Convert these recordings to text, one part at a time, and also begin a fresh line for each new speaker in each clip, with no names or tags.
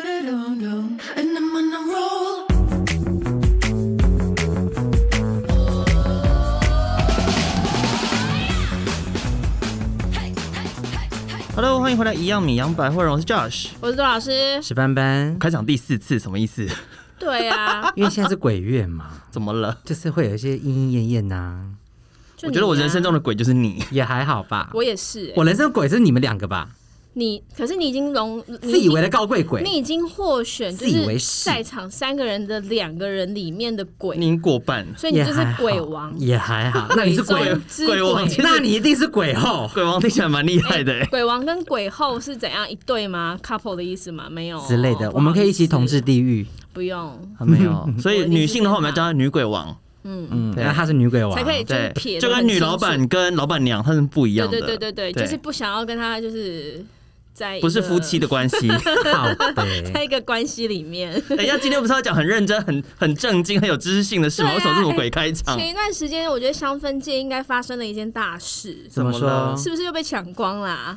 And I'm on a roll.
Hello，欢迎回来，一样米阳百货人，我是 Josh。
我是杜老师。
史班班，
开场第四次，什么意思？
对 啊，
因为现在是鬼月嘛，
怎么了？
就是会有一些莺莺燕燕呐，
就
我
你
觉得我人生
啊
中的鬼就是你。
也还好吧。
我也是欸、
我人生鬼是你们两个吧，
你可是你已经融你
自
已
以
经
为的高贵鬼
你，已经获选，就
自以为
是
是
在场三个人的两个人里面的鬼，
您过半，
所以你
也
就是
还好
鬼王。
也还好。那你是
鬼
鬼
中，之
鬼王
鬼，
那你一定是鬼后
鬼王听起来蛮厉害的、欸。
鬼王跟鬼后是怎样一对吗？couple 的意思吗？没有哦
之类的。
不
我们可以一起
好
同
意思
治地狱，
不用，
啊没有，所
我
以
一定是
女性的话，我们要叫她女鬼王，
嗯，
嗯，
对
那她是女鬼王，
才可以就是
对
哎撇，
就
得
跟
很
女
清
老
楚
板跟老板娘她是不一样
对
的，
对对对对，就是不想要跟他就是在一
不是
个
夫妻的关 系。
靠
在
背。
一个关系里面。
嗯
等一下，今天不是要讲很认真、很很正经、很有知识性的事吗？
对啊哎
为什么这种鬼开场？
前一段时间，我觉得香氛界应该发生了一件大事，
怎么
怎么了
说？
是不是又被抢光啦？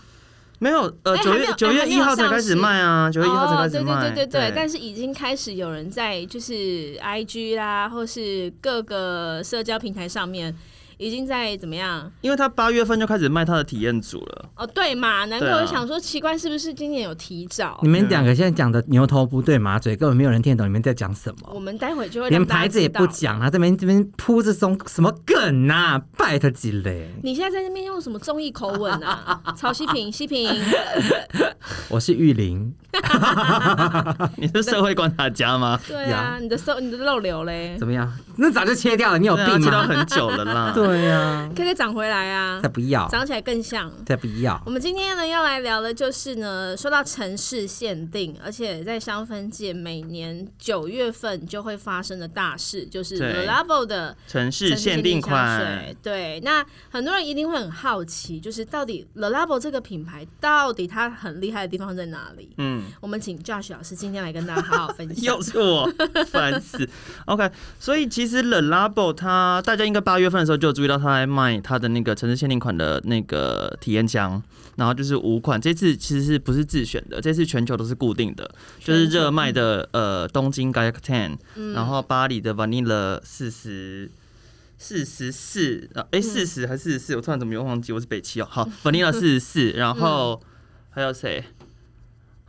没有，呃，
哎
九
还没
月
有
九
还
月
没
一
有
号才
上
开
市
始卖啊，九月一号才
哦，
开
对
始
对
卖。
对对对，但是已经开始有人在就是 IG 啦，或是各个社交平台上面，已经在怎么样？
因为他八月份就开始卖他的体验组了，
哦，对嘛，难怪
对啊
我想说奇怪，是不是今年有提早
你？们两个现在讲的牛头不对马嘴，根本没有人听得懂你们在讲什
我
么，
们待会就会
连
让大家
牌子也
知道
不。讲啊，这边这边铺这种什么梗呐、啊，拜托几嘞！
你现在在那边用什么综艺口吻啊？曹希平，希平，
我是玉玲，
你是社会观察家吗？
对啊，你的手，你的肉瘤嘞，
怎么样？那早就切掉了，你有
对啊，
病
知道
吗？
很久了 啦。
对呀、
可以再长回来啊
才，不要，
长起来更像。
才不要
我。们今天呢要来聊的就是呢，说到城市限定，而且在香氛界每年九月份就会发生的大事，就是
对
l a b o 的
城
城
市
市
限
限
定
定
款
香水。对，那很多人一定会很好奇，就是到底 l a b o 这个品牌到底它很厉害的地方在哪里？
嗯，
我们请 Josh 老师今天来跟大家好好分 享
又。是我，烦死。OK，所以其实 The Labo 它，大家应该八月份的时候就有注意到它在卖它的那个城市限定款的那个体验箱，然后就是五款，这次其实是不是自选的？这次全球都是固定的，就是热卖的呃东京 Gaia Ten，、然
嗯
后巴黎的 Vanilla 四十。四十四，啊，
嗯
哎，四十还是四十四？我突然怎么又忘记我是北七哦。 好，Vanilla 四十四，然后
嗯
还有谁？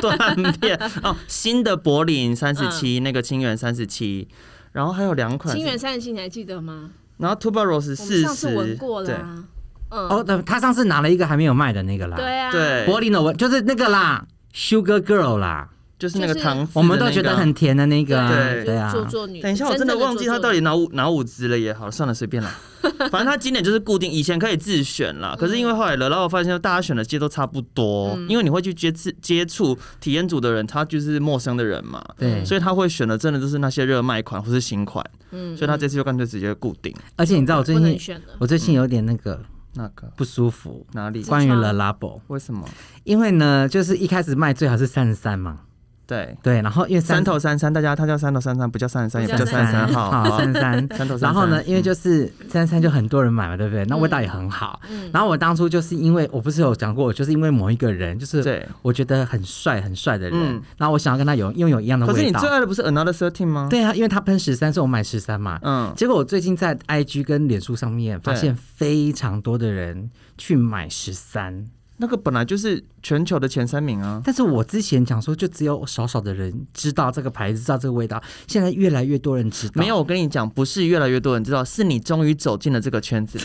断片哦，新的柏林三十七，那个清源三十七，然后还有两款是，
嗯清源三十七，你还记得吗？
然后 Tuberos
我
四
们
十，
上次闻过了、
对
啊。嗯，
哦，对，他上次拿了一个还没有卖的那个啦，
对啊，
对，
柏林的我就是那个啦，Sugar Girl 啦，
就是那个
就是
糖，
我们都觉得很。甜的那个啊，
对
对啊
就。是做作女。
等一下，我真的忘记他到底哪五哪五支了也好，算了，随便啦。 反正他今年就是固定，以前可以自选啦。可是
嗯
因为后来了，然后我发现大家选的街都差不多，因为你会去接触接触体验组的人，他就是陌生的人嘛，
对，
所以他会选的真的就是那些热卖款或是新款，
嗯
所以他这次就干脆直接固定
而且你知道我最
不能
近，
选了。
我最近有点那个
那个
不舒服，
哪里？
关于
痔疮
The Labo，
为什么？
因为呢，就是一开始卖最好是三十三嘛，
对，
对，然后因为
三
头
头三三，大家他叫三头三三，不叫三十三，也
不
不
叫
哎叫
三
三
十
十三号
好
啊
三。三
三嗯头三三
然后呢，因为就是三三就很多人买嘛，对不对？那味道也很好。
嗯
然后我当初就是因为我不是有讲过，我就是因为某一个人，就是
对，
我觉得很帅很帅的人，
嗯
然后我想要跟他有拥有一样的
可是
味
你
道
最。爱的不是 Another Thirteen 吗？
对啊，因为他喷十三，所以我买十三嘛。
嗯，
结果我最近在 IG 跟脸书上面发现非常多的人去买十三，
那个本来就是全球的前三名啊。
但是我之前讲说就只有少少的人知道这个牌子，知道这个味道，现在越来越多人知道。
没有，我跟你讲，不是越来越多人知道，是你终于走进了这个圈子里。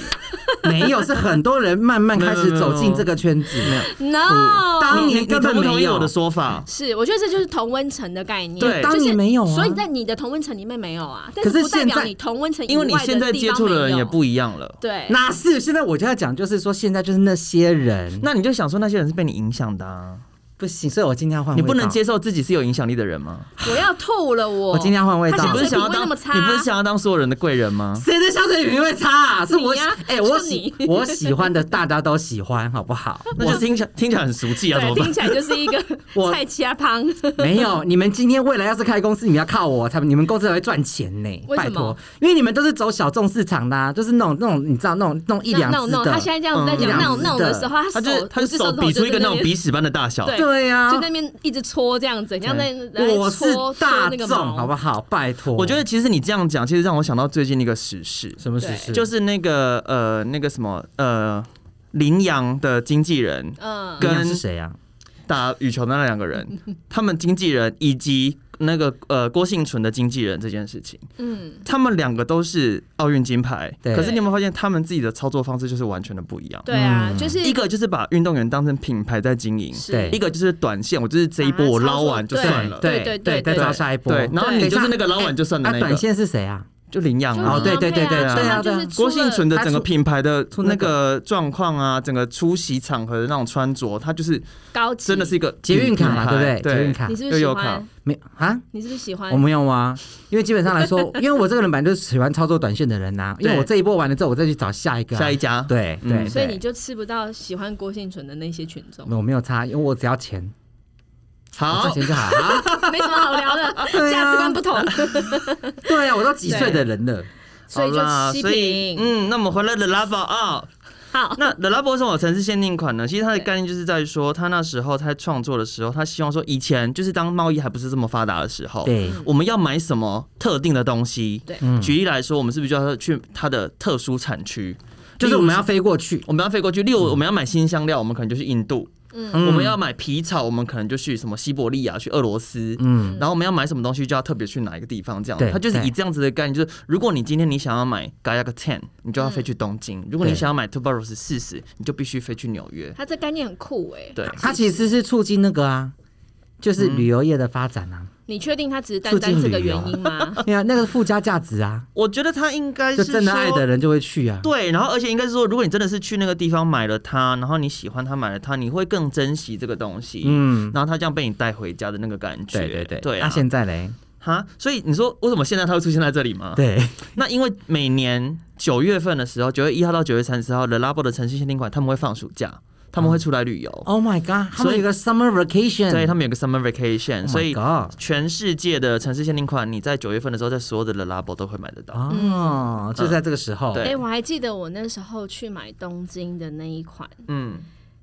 没有，是很多人慢慢开始走进这个圈子。没有，
No，
当
你
年
你
根
同
本
不同
没
意我
有
的。说法？
是，我觉得这就是同温层的概念。
对
就是
当你没有啊
所以在你的同温层里面没有啊，但
可是
不代表
现在
你同温层以
因
外
为
的
你现在
地
接
方
触的
没
人
有
也不一样了。
对。
哪是？现在我就要讲，就是说，现在就是那些人，
那你就想说那些人是被你影响的啊？
不行，所以我今天要换味
你
道。
不能接受自己是有影响力的人吗？
我要吐了我！
我今天要换味道
他
你
香
不是想
水品
要
味
当
那么差，啊
你不是想要当所有人的贵人吗？
谁的香水品味差、啊？是我
你
喜
呀
哎、我
就
喜
你
我喜欢的，大家都喜欢，好不 好？
那就听起来听起来很俗气啊，怎么
对，
办
听？起来就是一个
我
菜奇亚胖。
没有，你们今天未来要是开公司，你们要靠我才，你们公司才会赚钱呢。
为什么
拜托，因为你们都是走小众市场的、啊，就是那种那种你知道那种那种一两
那
只
种那种，他现在
的。
这样子在
嗯
讲那种那种的时候，
他就是
手
他
不
就是手
指头
比出
就
一个
在
那种
边
鼻啊屎般的大小，
对
对呀、
就在那边一直搓这样子，你像在在
我是
搓搓
大
那个
众，
毛，
好不好？拜托，
我觉得其实你这样讲，其实让我想到最近那个时事，
什么
对
时事
就是那个呃那个什么呃林羊的经纪人
嗯，
跟
跟
是谁啊？
打羽球的那两个 人，他们经纪人以及那个呃郭幸存的经纪人这件事情，
嗯，
他们两个都是奥运金牌，
对
可是你有没有发现他们自己的操作方式就是完全的不一样？
对啊，
嗯
就是
一个就是把运动员当成品牌在经营，
是
对
一个就是短线，我就是这一波我捞完就算了。
对对
对
对
再
对
抓下一波。
对，然后你
等一
就
下
是那个捞完就算的
啊，
那
短
个，
线是谁啊？
就领养
就是
啊
哦。对对对
对
对
啊，
啊
就
对啊
是出
郭幸
了
存的
他
整个
出
品牌的
出
那
那
个状况啊，整个出席场合的那种穿着，他就是
高级，
真的是一个
捷运卡嘛，
品
对
牌
不对？捷运卡
你是不
悠
哎是喜
悠卡
欢？
没啊？
你是不是喜欢
我？没有啊，因为基本上来说， 因为我这个人本来就是喜欢操作短线的人呐、因为我这一波完了之后，我再去找下一个啊、
下一家。
对
嗯
对对
所以你就吃不到喜欢郭幸存的那些群众，
我没有差，因为我只要钱，我
好
赚，钱就好。啊
没什么好 聊的，
对啊
价值观不同，
对啊，我都几岁的人了，
所以
好啦
就七
所以
品。
嗯，那我们回来的拉宝 啊，
好，
那 The Labo 送我城市限定款呢，其实它的
对
概念就是在于说，他那时候他在创作的时候，他希望说以前就是当贸易还不是这么发达的时候，
对
我们要买什么特定的东西。
对
嗯
举例来说，我们是不是就要去它的特殊产区？
就是我们要飞过去，
我们要飞过去，例如
嗯
我们要买新香料，我们可能就去印度；
嗯
我们要买皮草，我们可能就去什么西伯利亚、去俄罗斯。
嗯，
然后我们要买什么东西，就要特别去哪一个地方，这样。
对
它就是
对
以这样子的概念，就是如果你今天你想要买 Gaiac Ten，你就要飞去东京；如果你
对
想要买 Tuberose 四十，你就必须飞去纽约。
他这概念很酷哎。
对，
它其实是促进那个啊，就是旅游业的发展啊，
你确定他只是单
促
单
进
这个
旅
原
游
因吗？
对啊，那个附加价值啊，
我觉得他应该
就是真的
嗯
爱
哎说
的人就会去啊。
对，然后而且应该是说，如果你真的是去那个地方买了它，然后你喜欢它，买了它，你会更珍惜这个东西。
嗯，
然后它这样被你带回家的那个感觉，
对对对，
对
那
啊，
现在嘞，
哈，所以你说为什么现在它会出现在这里吗？，
对，
那因为每年九月份的时候，九月一号到九月三十号，The Labo 的城市限定款他们会放暑假，他们会出来旅游，
哦
Oh my god，他
所以
们有个 summer vacation，
对他们有个 summer vacation，、所以
Oh my god
全世界的城市限定款，你在九月份的时候，在所有的 The Labo 都会买得到。
啊
哦，就在这个时
嗯
候，
对
哎、我还记得我那时候去买东京的那一款，
嗯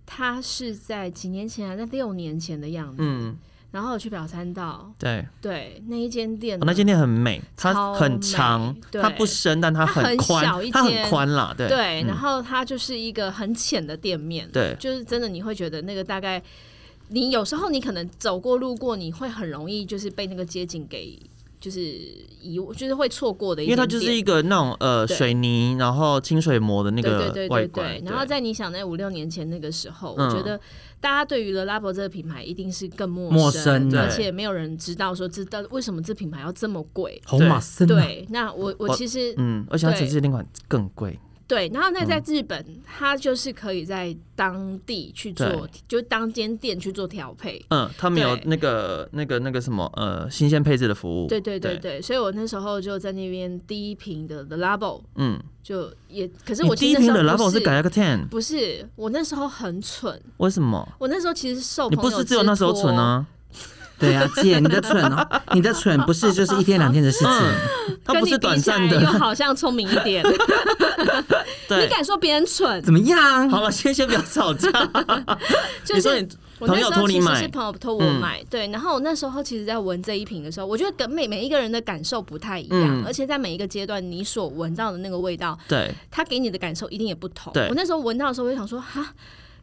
它是在几年前，啊还在六年前的样子。
嗯，
然后我去表参道，
对。
对那一间店
哦
呢，
那间店很美，它
超
很
美
长，
对
它不深，但它
它很
宽
小一，
它很
间
宽啦，对
对，然
嗯
后它就是一个很浅的店面，
对
就是真的你会觉得那个大概，你有时候你可能走过路过，你会很容易就是被那个街景给就是遗，就是会错过的一
因为
间
它
店，
就是一个那种呃
对
水泥，然后清水模的那
对
个
对对
外
对
观
对，，然后在你想那五六年前那个时候，
嗯
我觉得大家对于 Le Labo 这个品牌一定是更陌
陌
生
生
对
而且没有人知道说知道为什么这品牌要这么贵。
红马森啊，
对，那我我
我
其实
嗯，而且它
对
城市限定款更贵，
对，然后那
嗯
在日本，它就是可以在当地去做
对，
就当间店去做调配。
嗯，他们有
对
那个那个那个什么呃新鲜配置的服务，
对对对，对，所以我那时候就在那边第一瓶的 The Labo
嗯，
就也，可是
你
我
第
其
一
实那
瓶
时候
的 Labo
不
是
是
改了个 Ten，
不是，我那时候很蠢，
为什么？
我那时候其实受
你
朋
不
友
是只有那时候
之
存
托
啊，
对啊，姐，你的蠢哦，你的蠢不是就是一天两天的事 情，
嗯它
跟
不
你
是
比
短
起来
暂
又
的，
好像聪明一点。你
对。
敢说别人蠢？
怎么样？
好了，先先不要吵 架。
就
你说
是
你
我那
朋
时
友
候
托
其
你
实
买嗯
是，朋友托我买，对。然后我那时候其实，在闻这一瓶的时候，我觉得跟每每一个人的感受不太一样，
嗯
而且在每一个阶段，你所闻到的那个味道，
对，
它给你的感受一定也不同。
对
我那时候闻到的时候，我就想说，哈，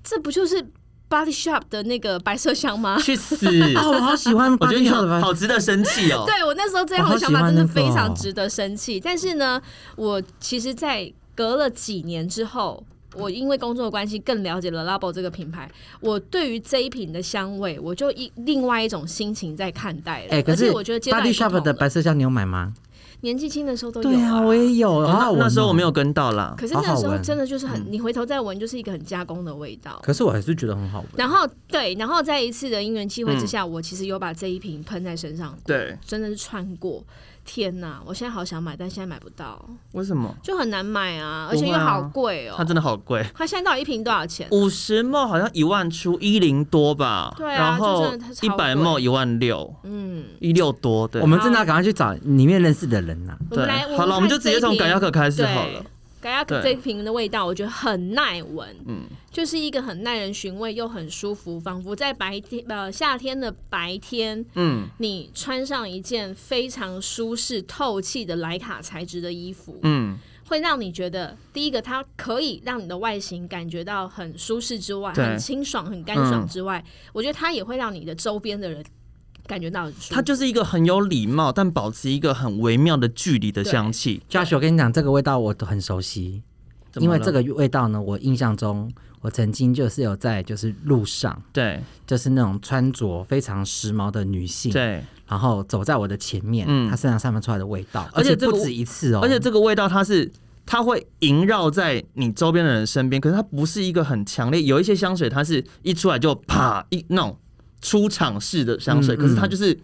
这不就是 Body Shop 的那个白色香吗？
去 死！
哦，我好喜欢
我
巴
觉得
黎
你
小
好
的吧，
好值得生气 哦。
对我那时候这
我
样的
好
想
喜
法
欢
真的
那个
非常
哦
值得生气。但是呢，我其实，在隔了几年之后。我因为工作的关系，更了解了 Labo 这个品牌。我对于这一瓶的香味，我就一另外一种心情在看待了。
哎，可
而且
是
我觉得阶
巴
段
黎
也不
shop
同
的
了
白色香你有买吗？
年纪轻的时候都有、
对啊，我也有，
哦
好好
那
闻
那时候
哦
我没有跟到啦。
可是
好
那
好
时候
闻嗯
真的就是很，你回头再闻就是一个很加工的味道。
可是我还是觉得很好闻。
然后对，然后在一次的因缘际会之下，
嗯
我其实有把这一瓶喷在身上，
对，
真的是穿过。天哪，我现在好想买，但现在买不到，
为什么？
就很难买
不
啊，而
会啊
且又好贵哦、
它真的好贵，
它现在到底一瓶多少钱？
五十梦好像一万出一零多吧，
对啊
然
就
后
真的它
一
超
百
贵
梦一万六，
嗯，
一六多，对
我。们真的要赶快去找里面认识的人啊呐、
我们来，
好了，我们就直接从改
压
亚可开始
对，
好了。
改亚可
对
这一瓶的味道，我觉得很耐闻，
嗯
就是一个很耐人寻味又很舒服，仿佛在白天呃夏天的白天，
嗯
你穿上一件非常舒适透气的莱卡材质的衣服，
嗯，
会让你觉得第一个它可以让你的外形感觉到很舒适之外，
对嗯
很清爽、很干爽之外，我觉得它也会让你的周边的人感觉到很舒服。
它就是一个很有礼貌，但保持一个很微妙的距离的香气。
j o s h 我跟你讲，这个味道我都很熟悉，
怎
因
么
为
了
这个味道呢，我印象中我曾经就是有在就是路上，
对
就是那种穿着非常时髦的女性，
对，
然后走在我的前面，
嗯
她身上散发出来的味道，
而且这个
不止一次哦，
而且这个味道它是。它会萦绕在你周边的人身边，可是它不是一个很强烈。有一些香水，它是一出来就啪一那种出场式的香水，
嗯
可是它
嗯
就是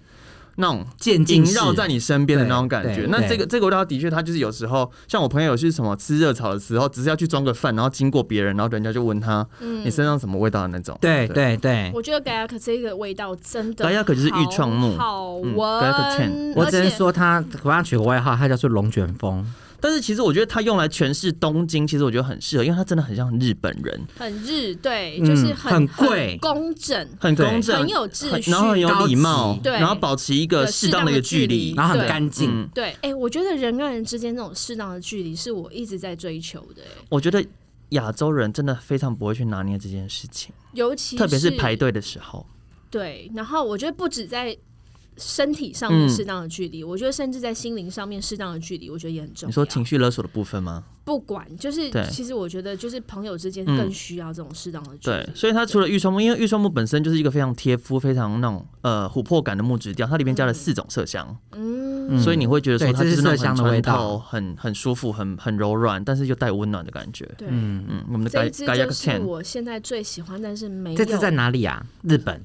那种
渐进
萦
式
绕在你身边的那种感
对
觉。
对
那
对
这个这个味道的确，它就是有时候像我朋友去什么吃热炒的时候，只是要去装个饭，然后经过别人，然后人家就问他、你身上什么味道的那种。
对对对，
我觉得 Gayak 这个味道真的
Gayak 就是玉创木
好
嗯
闻。
Gayak Ten
我只能
而且
说她给她取个外号，她叫做龙卷风。
但是其实我觉得它用来诠释东京，其实我觉得很适合，因为它真的很像日本人，
很日，对，
嗯
就是
很贵
贵、工整、
很
对
工整，
很有秩序
然后很有礼貌
高级，
对
然后保持一个适当的一个距离
有适
然后很
对
干净，
嗯
对，哎、我觉得人跟人之间那种适当的距离是我一直在追求的、哎
我觉得亚洲人真的非常不会去拿捏这件事情，
尤其
特别是排队的时候。
对，然后我觉得不止在身体上面
嗯
适当的距离，我觉得甚至在心灵上面适当的距离，我觉得也很重要。
你说情绪勒索的部分吗？
不管，就是
对
其实我觉得就是朋友之间
嗯
更需要这种适当的距离。
对，所以它除了玉双木，因为玉双木本身就是一个非常贴肤、非常那种呃琥珀感的木质调，它里面加了四种麝香，
嗯，
嗯
所以你会觉得说
对
它就
这
是
是
那
麝
种
香的
很
味
穿
道
透、很很舒服、很很柔软，但是又带温暖的感觉。
对。
嗯，
嗯，我们的
这
Gaia
一支就
c h a
是
n
我现在最喜欢，但是没有。
这次在哪里啊？日本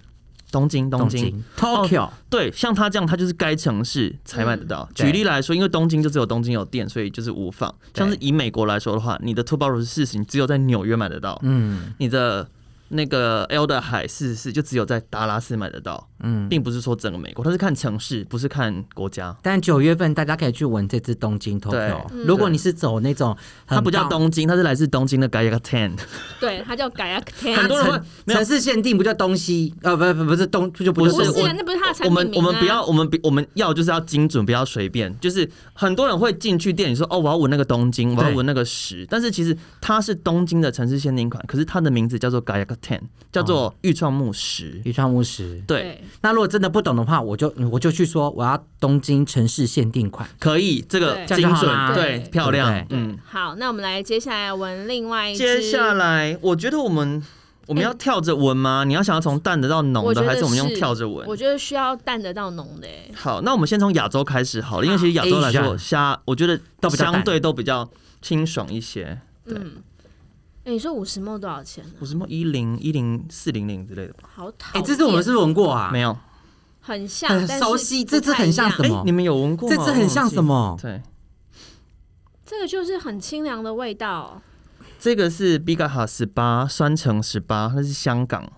东京，嗯东京。哦
京 Tokyo，
对，像他这样，他就是该城市才买得到。
嗯对
举例来说，因为东京就只有东京有店，所以就是无妨。
对
像是以美国来说的话，你的 Two b a r r o w 四十，你只有在纽约买得到；
嗯
你的那个 L 的海四十四，就只有在达拉斯买得到，
嗯。
并不是说整个美国，它是看城市，不是看国家。
但九月份大家可以去闻这支东京 Tokyo。
对
如果你是走那种很
它不叫
高
东京，它是来自东京的 Gaia Ten。
对，它叫 Gaia Ten，
很多人会没有
城市限定，不叫东西，呃，不不不是东，就不
不
是
是
不
东
是
我
啊，那不是它的产
我
品
们
名、啊、
我们不要，我们不我们要就是要精准，不要随便。就是很多人会进去店里说：“哦，我要闻那个东京，我要
对
闻那个石。”但是其实它是东京的城市限定款，可是它的名字叫做 Gaia Ten，叫做玉创木石。
哦
宇川木石。
对，
那如果真的不懂的话，我就嗯我就去说我要东京城市限定款。
可以，这个
对
精
这样就好
准，
啦
对，
对
漂亮
对，
对
嗯。
好，那我们来接下来闻另外一
接
支
下来，我觉得我们我们要跳着闻吗？你要想要从淡的到浓
我觉
的，
得
还是我们用
是
跳着闻？
我觉得需要淡得到浓的、欸，
好，那我们先从亚洲开始好了，因为其实亚洲来说，
Asia
虾我觉得
哎都比较淡
相对都比较清爽一些。对
嗯。哎、你说五十梦多少钱呢、
我什么一零一零四零零之类的吧，
好讨
哎，
厌！
这次我们是不是闻过啊？
没有。
很像，
很
但
熟
是
悉
不
这支
太
很
一
像
样
什
哎、
么
你们有闻过吗？
这次很像什
我
么
忘记？对，
这个就是很清凉的味道，
这个是 Biga 哈十八酸橙十八，那是香港。
啊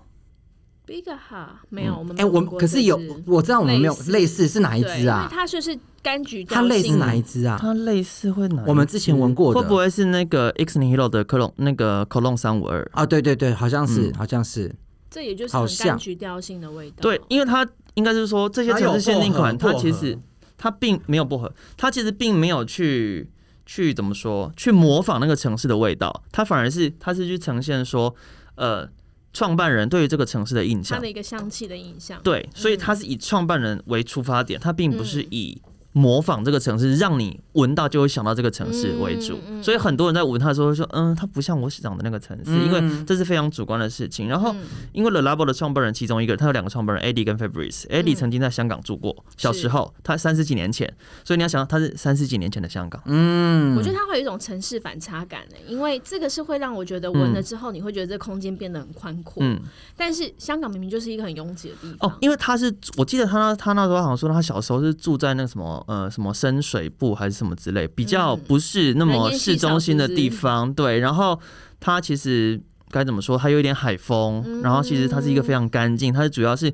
Big 哈没有，我们没
哎，
有
我
闻过
可
这
是有
支，
我知道我们没有
类似
类似是哪一
对
支
因
啊
为？它就是柑橘调
它
性，
类似哪一支啊？
它类似会哪一支？
我们之前闻过的
会不会是那个 X Nihilo 的克隆那个 Cologne 三五二？
啊，对对对，好像是
嗯，
好像是。
这也就是
好
很柑
像
橘调性的味道。
对，因为它应该是说这些
它
城
有
市限定款，
薄
它
荷
其
薄荷
实它并没有薄荷，它其实并没有去去怎么说，去模仿那个城市的味道，它反而是它是去呈现说，呃，创办人对于这个城市的印
它
象
的。一个香气的印象。嗯
对，所以它是以创办人为出发点，它并不是以模仿这个城市，让你闻到就会想到这个城市为主。
嗯嗯嗯
所以很多人在闻它的时候会说，嗯，它不像我想的那个城市，因为
嗯
这是非常主观的事情。然后
嗯，
因为 The Labo 的创办人其中一个，他有两个创办人，Eddie 跟
嗯
Fabrice，Eddie 曾经在香港住过，小时候他三十几年前，所以你要想他是三十几年前的香港。
嗯
我觉得它会有一种城市反差感的、因为这个是会让我觉得闻了之后，你会觉得这空间变得很宽阔。
嗯，
但是香港明明就是一个很拥挤的地方，
哦，因为他是，我记得他那他那时候好像说他小时候是住在那个什么呃什么深水埗还是什么之类，比较
嗯
不是那么
人烟稀
市中心的
少是不是
地方。对，然后他其实该怎么说，他有一点海风，
嗯
然后其实它是一个非常干净，它是主要是。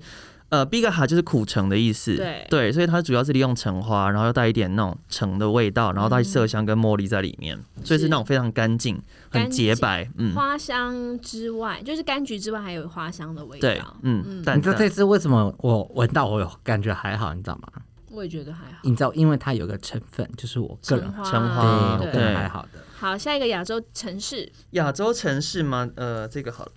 呃，Big Ha 就是苦橙的意思，
对
所以它主要是利用橙花，然后又带一点那种橙的味道，然后带麝香跟茉莉在里面，所以是
是
那种非常干净、很
干
洁
净
白，嗯，
花香之外，就是柑橘之外，还有花香的味
对
道，。
嗯，
你
淡
知道
淡，
这次为什么我闻到我有感觉还好，你知道吗？
我也觉得还好。
你知道，因为它有个成分，就是我个人
橙花，
橙花
哦
对我
对
个人
对
还好的。
好，下一个亚洲城市，
亚洲城市吗？呃，这个好了。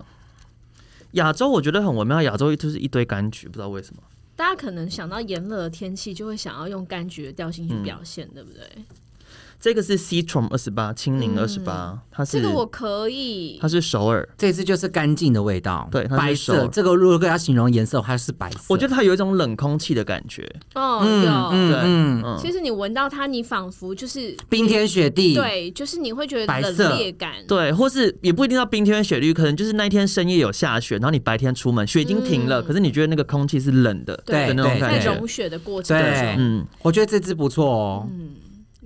亚洲我觉得很微妙，亚洲就是一堆柑橘，不知道为什么。
大家可能想到炎热的天气，就会想要用柑橘的调性去表现，对不
嗯
对？
这个是 Citron 二十八，青柠二十八，它
嗯这
是
个我可以
它，是首尔，
这次就是干净的味道，
对它是
白
熟
色。这个如果要形容颜色的话，是白色。
我觉
得，
得它有一种冷空气的感觉。
哦，有。
嗯
对，
嗯嗯，
嗯，
其实你闻到它，你仿佛就是
冰天雪地，，
对，就是你会觉得
白
冷
色
冽感，
对，或是也不一定到冰天雪地，可能就是那一天深夜有下雪，然后你白天出门，雪已经停了，
嗯
可是你觉得那个空气是冷的，
对
的那种
对
在
感觉
融。雪的过程
对
中，
嗯，
我觉得这支不错哦，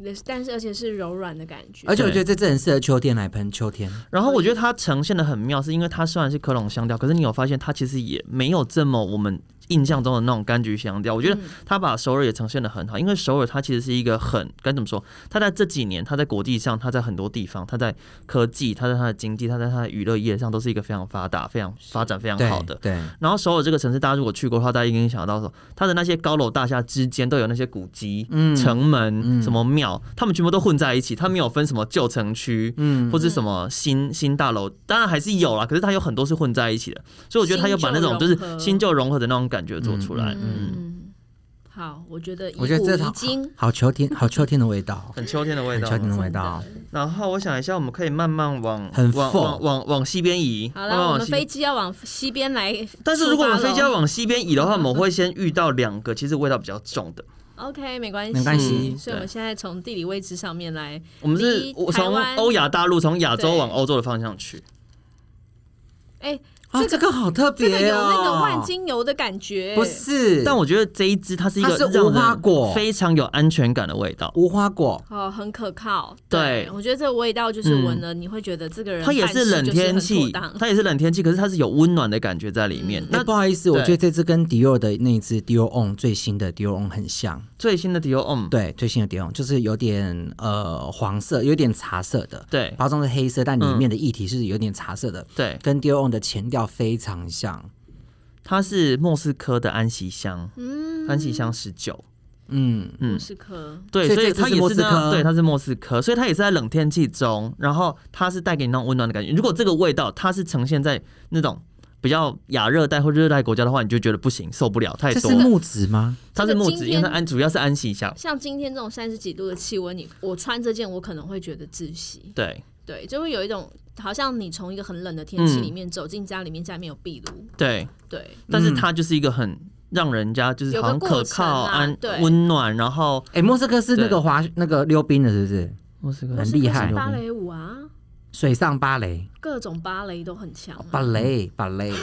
也是但是而且是柔软的感觉，
而且我
对
觉得这支很适合秋天来喷，秋天
然后我觉得它呈现的很妙，是因为它虽然是科隆香调，可是你有发现它其实也没有这么我们印象中的那种柑橘香调。我觉得它把首尔也呈现的很好，因为首尔它其实是一个很该怎么说？它在这几年，它在国际上，它在很多地方，它在科技，它在它的经济，它在它的娱乐业上都是一个非常发达、非常发展非常
对
好的。
对，
然后首尔这个城市，大家如果去过的话，大家一定想到说，它的那些高楼大厦之间都有那些古迹、
嗯
城门、
嗯
什么庙，他们全部都混在一起，它没有分什么旧城区，
嗯
或是什么新新大楼，当然还是有啦，可是它有很多是混在一起的，所以我觉得它又把那种就是
新旧融合
新旧融合的那种感觉做出来，嗯，
嗯，好，我觉得以
我觉得
古
这
遗
好
今
好秋天，好秋天的味 道，
很秋天的味
很
道啊
秋。天的味
真
道
的。
然后我想一下，我们可以慢慢往
很
往
full
往往往西边移，
好
慢慢
哦
了，我
往
们
西
飞机要往西边来，
但是如果我们飞机要
往
往西边移的话，我们会先遇到两个其实味道比较重的。
OK 没关系，
没关系
所以我们现在从地理位置上面来，
我们是
离
我
台
从
湾
欧亚大陆从亚洲
对
往欧洲的方向去，
哎，
啊，这个好特
这个
别
有那个
哦，
万金油的感觉，
不是，
但我觉得这一支它是一个
它是无
让
花
人
果
非常有安全感的味道。
无花果，
哦，很可靠。
对
我觉得这个味道就是
嗯
闻了，你会觉得这个人
它也
办事
是冷
就是
天
很
气
妥当，嗯
它也是冷天气，可是它是有温暖的感觉在里面。
那
那
哎不好意思，我
对
觉得这支跟迪奥的那一支迪奥 On 最新的迪奥 On 很像，
最新的嗯 Dior Homme，
对，最新的迪奥 On 就是有点呃黄色，有点茶色的，
对
包装是黑色，但里面的液体是有点茶色的，
对，
跟 Dior On 的前调非常像。
它是莫斯科的安息香，
嗯
安息香十九，
嗯，
嗯
莫斯科。
对，
所以
所以
这次
它
是
也
莫
是
斯
这样，
科
对，它是莫斯科，所以它也是在冷天气中，然后它是带给你那种温暖的感觉。如果这个味道它是呈现在那种比较亚热带或热带国家的话，你就觉得不行，受不了，太
这
多
是
了。
木质吗？
它是木
这个
质，因
今天
为它安主要是安息香，
像今天这种三十几度的气温，你我穿这件，我可能会觉得窒息。
对
对，就会有一种好像你从一个很冷的天气
嗯
里面走进家里面，家里面有壁炉，
对，
对，
但是它就是一个很让人家就是
有个
好像可
过程
靠、
啊
安
对
温暖，然后
哎、莫斯科是那
对
个滑那个溜冰的，是不是？
莫斯科
很厉
莫
害
斯科是芭蕾舞啊，
水上芭蕾，
各种芭蕾都很强、啊。
芭蕾，芭蕾。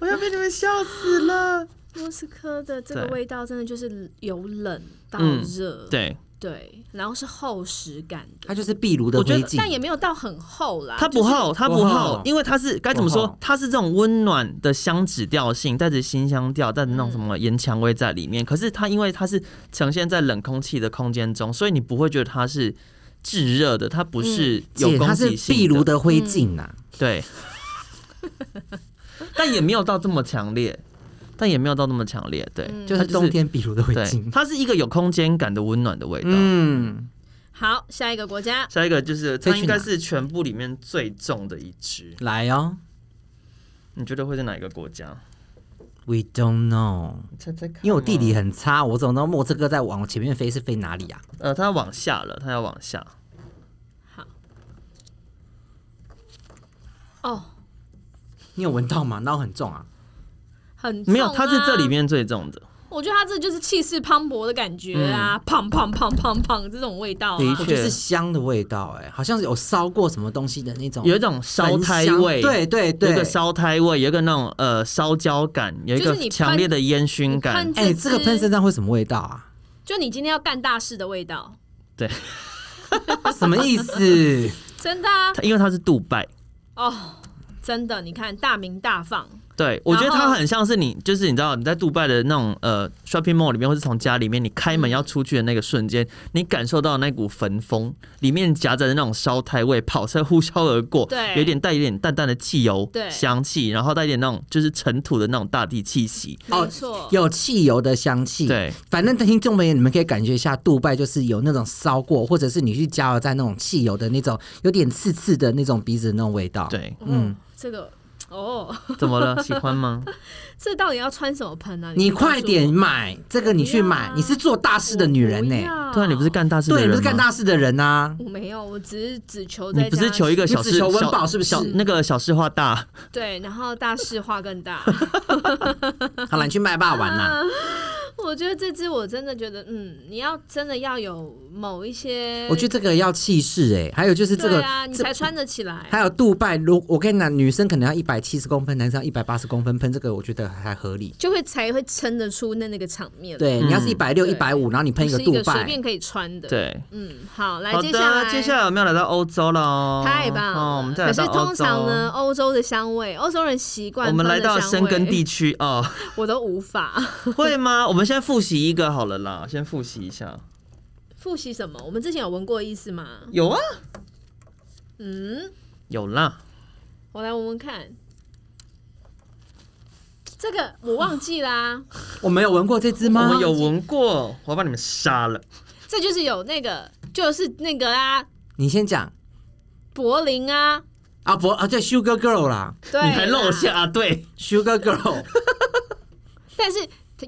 我要被你们笑死了。
莫斯科的这个
对
味道真的就是由冷到
嗯
热、
对，
对，然后是厚实感的，
它就是壁炉的
我觉
灰
得
烬，
但也没有到很厚啦，
它不
啊就是
厚，它不
不
厚
厚，
因为它是该怎么
不
说
厚？
它是这种温暖的香脂调性，带着新香调，带着那种什么
嗯
岩蔷薇在里面。可是它因为它是呈现在冷空气的空间中，所以你不会觉得它是炙热的，它不
嗯
是有
姐它
攻
是
击性嗯
壁炉的灰烬啊呐、
对， 但也没有到这么强烈，但也没有到那么强烈，对，
就是
它
冬天壁炉的灰
对，
烬。
它是一个有空间感的温暖的味道。
嗯，
好，下一个国家，
下一个就是
可
它
以去
应该
哪
是全部里面最重的一支，
来哦，
你觉得会是哪一个国家？
We don't know，
猜猜看
因为我地理很差，我怎么知道墨这个在往前面飞是飞哪里啊？
呃，它往下了，它要往下。
好，哦，
你有闻到吗？那我很重啊，
很、啊
没有，它是这里。面最重的。
哦
我觉得它这就是气势磅礴的感觉啊，胖胖胖胖胖这种味道、啊。
嗯的
我
确
就是香的味道、哎，好像是有烧过什么东西的那种，
有一种烧胎味，
焚香对对对，
有一个，烧胎味，有一个那种呃烧焦感，有一
就
个
是你喷
强烈的烟熏感
你。
哎、
这
这个喷身上会什么味道 啊？
就你今天要干大事的味道，
对，
什么意 思？
真的啊，
它因为它是杜拜，
哦，真的，你看大名大放，
对我觉得
然后
它很像是你，就是你知道你在杜拜的那种呃 shopping mall 里面，或是从家里面你开
嗯
门要出去的那个瞬间，你感受到那股焚风，里面夹着那种烧胎味，跑车呼啸而过，
对
有点带一点淡淡的汽油
对
香气，然后带一点那种就是尘土的那种大地气息。
哦
没错，
有汽油的香气。
对，
反正听众朋友，你们可以感觉一下，杜拜就是有那种烧过，或者是你去加油站那种汽油的那种，有点刺刺的那种鼻子的那种味道。，
对，
嗯，这个哦，
怎么 了？喜欢吗？
这到底要穿什么喷啊？
你
告诉我
快点买这个，你去买，你是做大事的女人
我不
呢、
对
要
啊，你不是干大事的
对，
人
你
吗？
不是干大事的人啊。
我没有，我只是只求在
你不是
家
求一个
你
小
只
事
求温
小
饱是不是
小那个小事化大，
对，然后大事化 更大。
啊好了，你去麦霸玩啦、
我觉得这支我真的觉得，嗯，你要真的要有某一些，
我觉得这个要气势哎，还有就是这个，
对啊，你
这
才穿得起来。
还有杜拜，如我跟你讲，女生可能要一百七十公分，男生要一百八十公分，喷这个我觉得还合理。
就会才会撑得出那那个场面。，
对，你要是一百六、一百五，然后你喷
是一
杜
个随
拜，
便可以穿的。，
对。
嗯，好，来
好
接下
的，
来
接下来我们要来到欧洲了哦，
太棒了。
哦，我们再
可
来
是
到欧
通
洲。
常呢，欧洲的香味，欧洲人习惯。
我们来到深根，地区 哦，
我都无法
会吗？我们先复习一个好了啦，先复习一下。
复习什么。我们之前有闻过意思吗？
有啊，
嗯，
有啦，
我来闻闻看。这个我忘记啦、
我没有闻过这支
我
吗？
们有闻过，我要把你们杀了。
这就是有那个，就是那个啊，
你先讲
柏林啊，
啊，不啊，对，Sugar Girl 啦
对啦，
你还露馅啊？对，
，Sugar Girl，
但是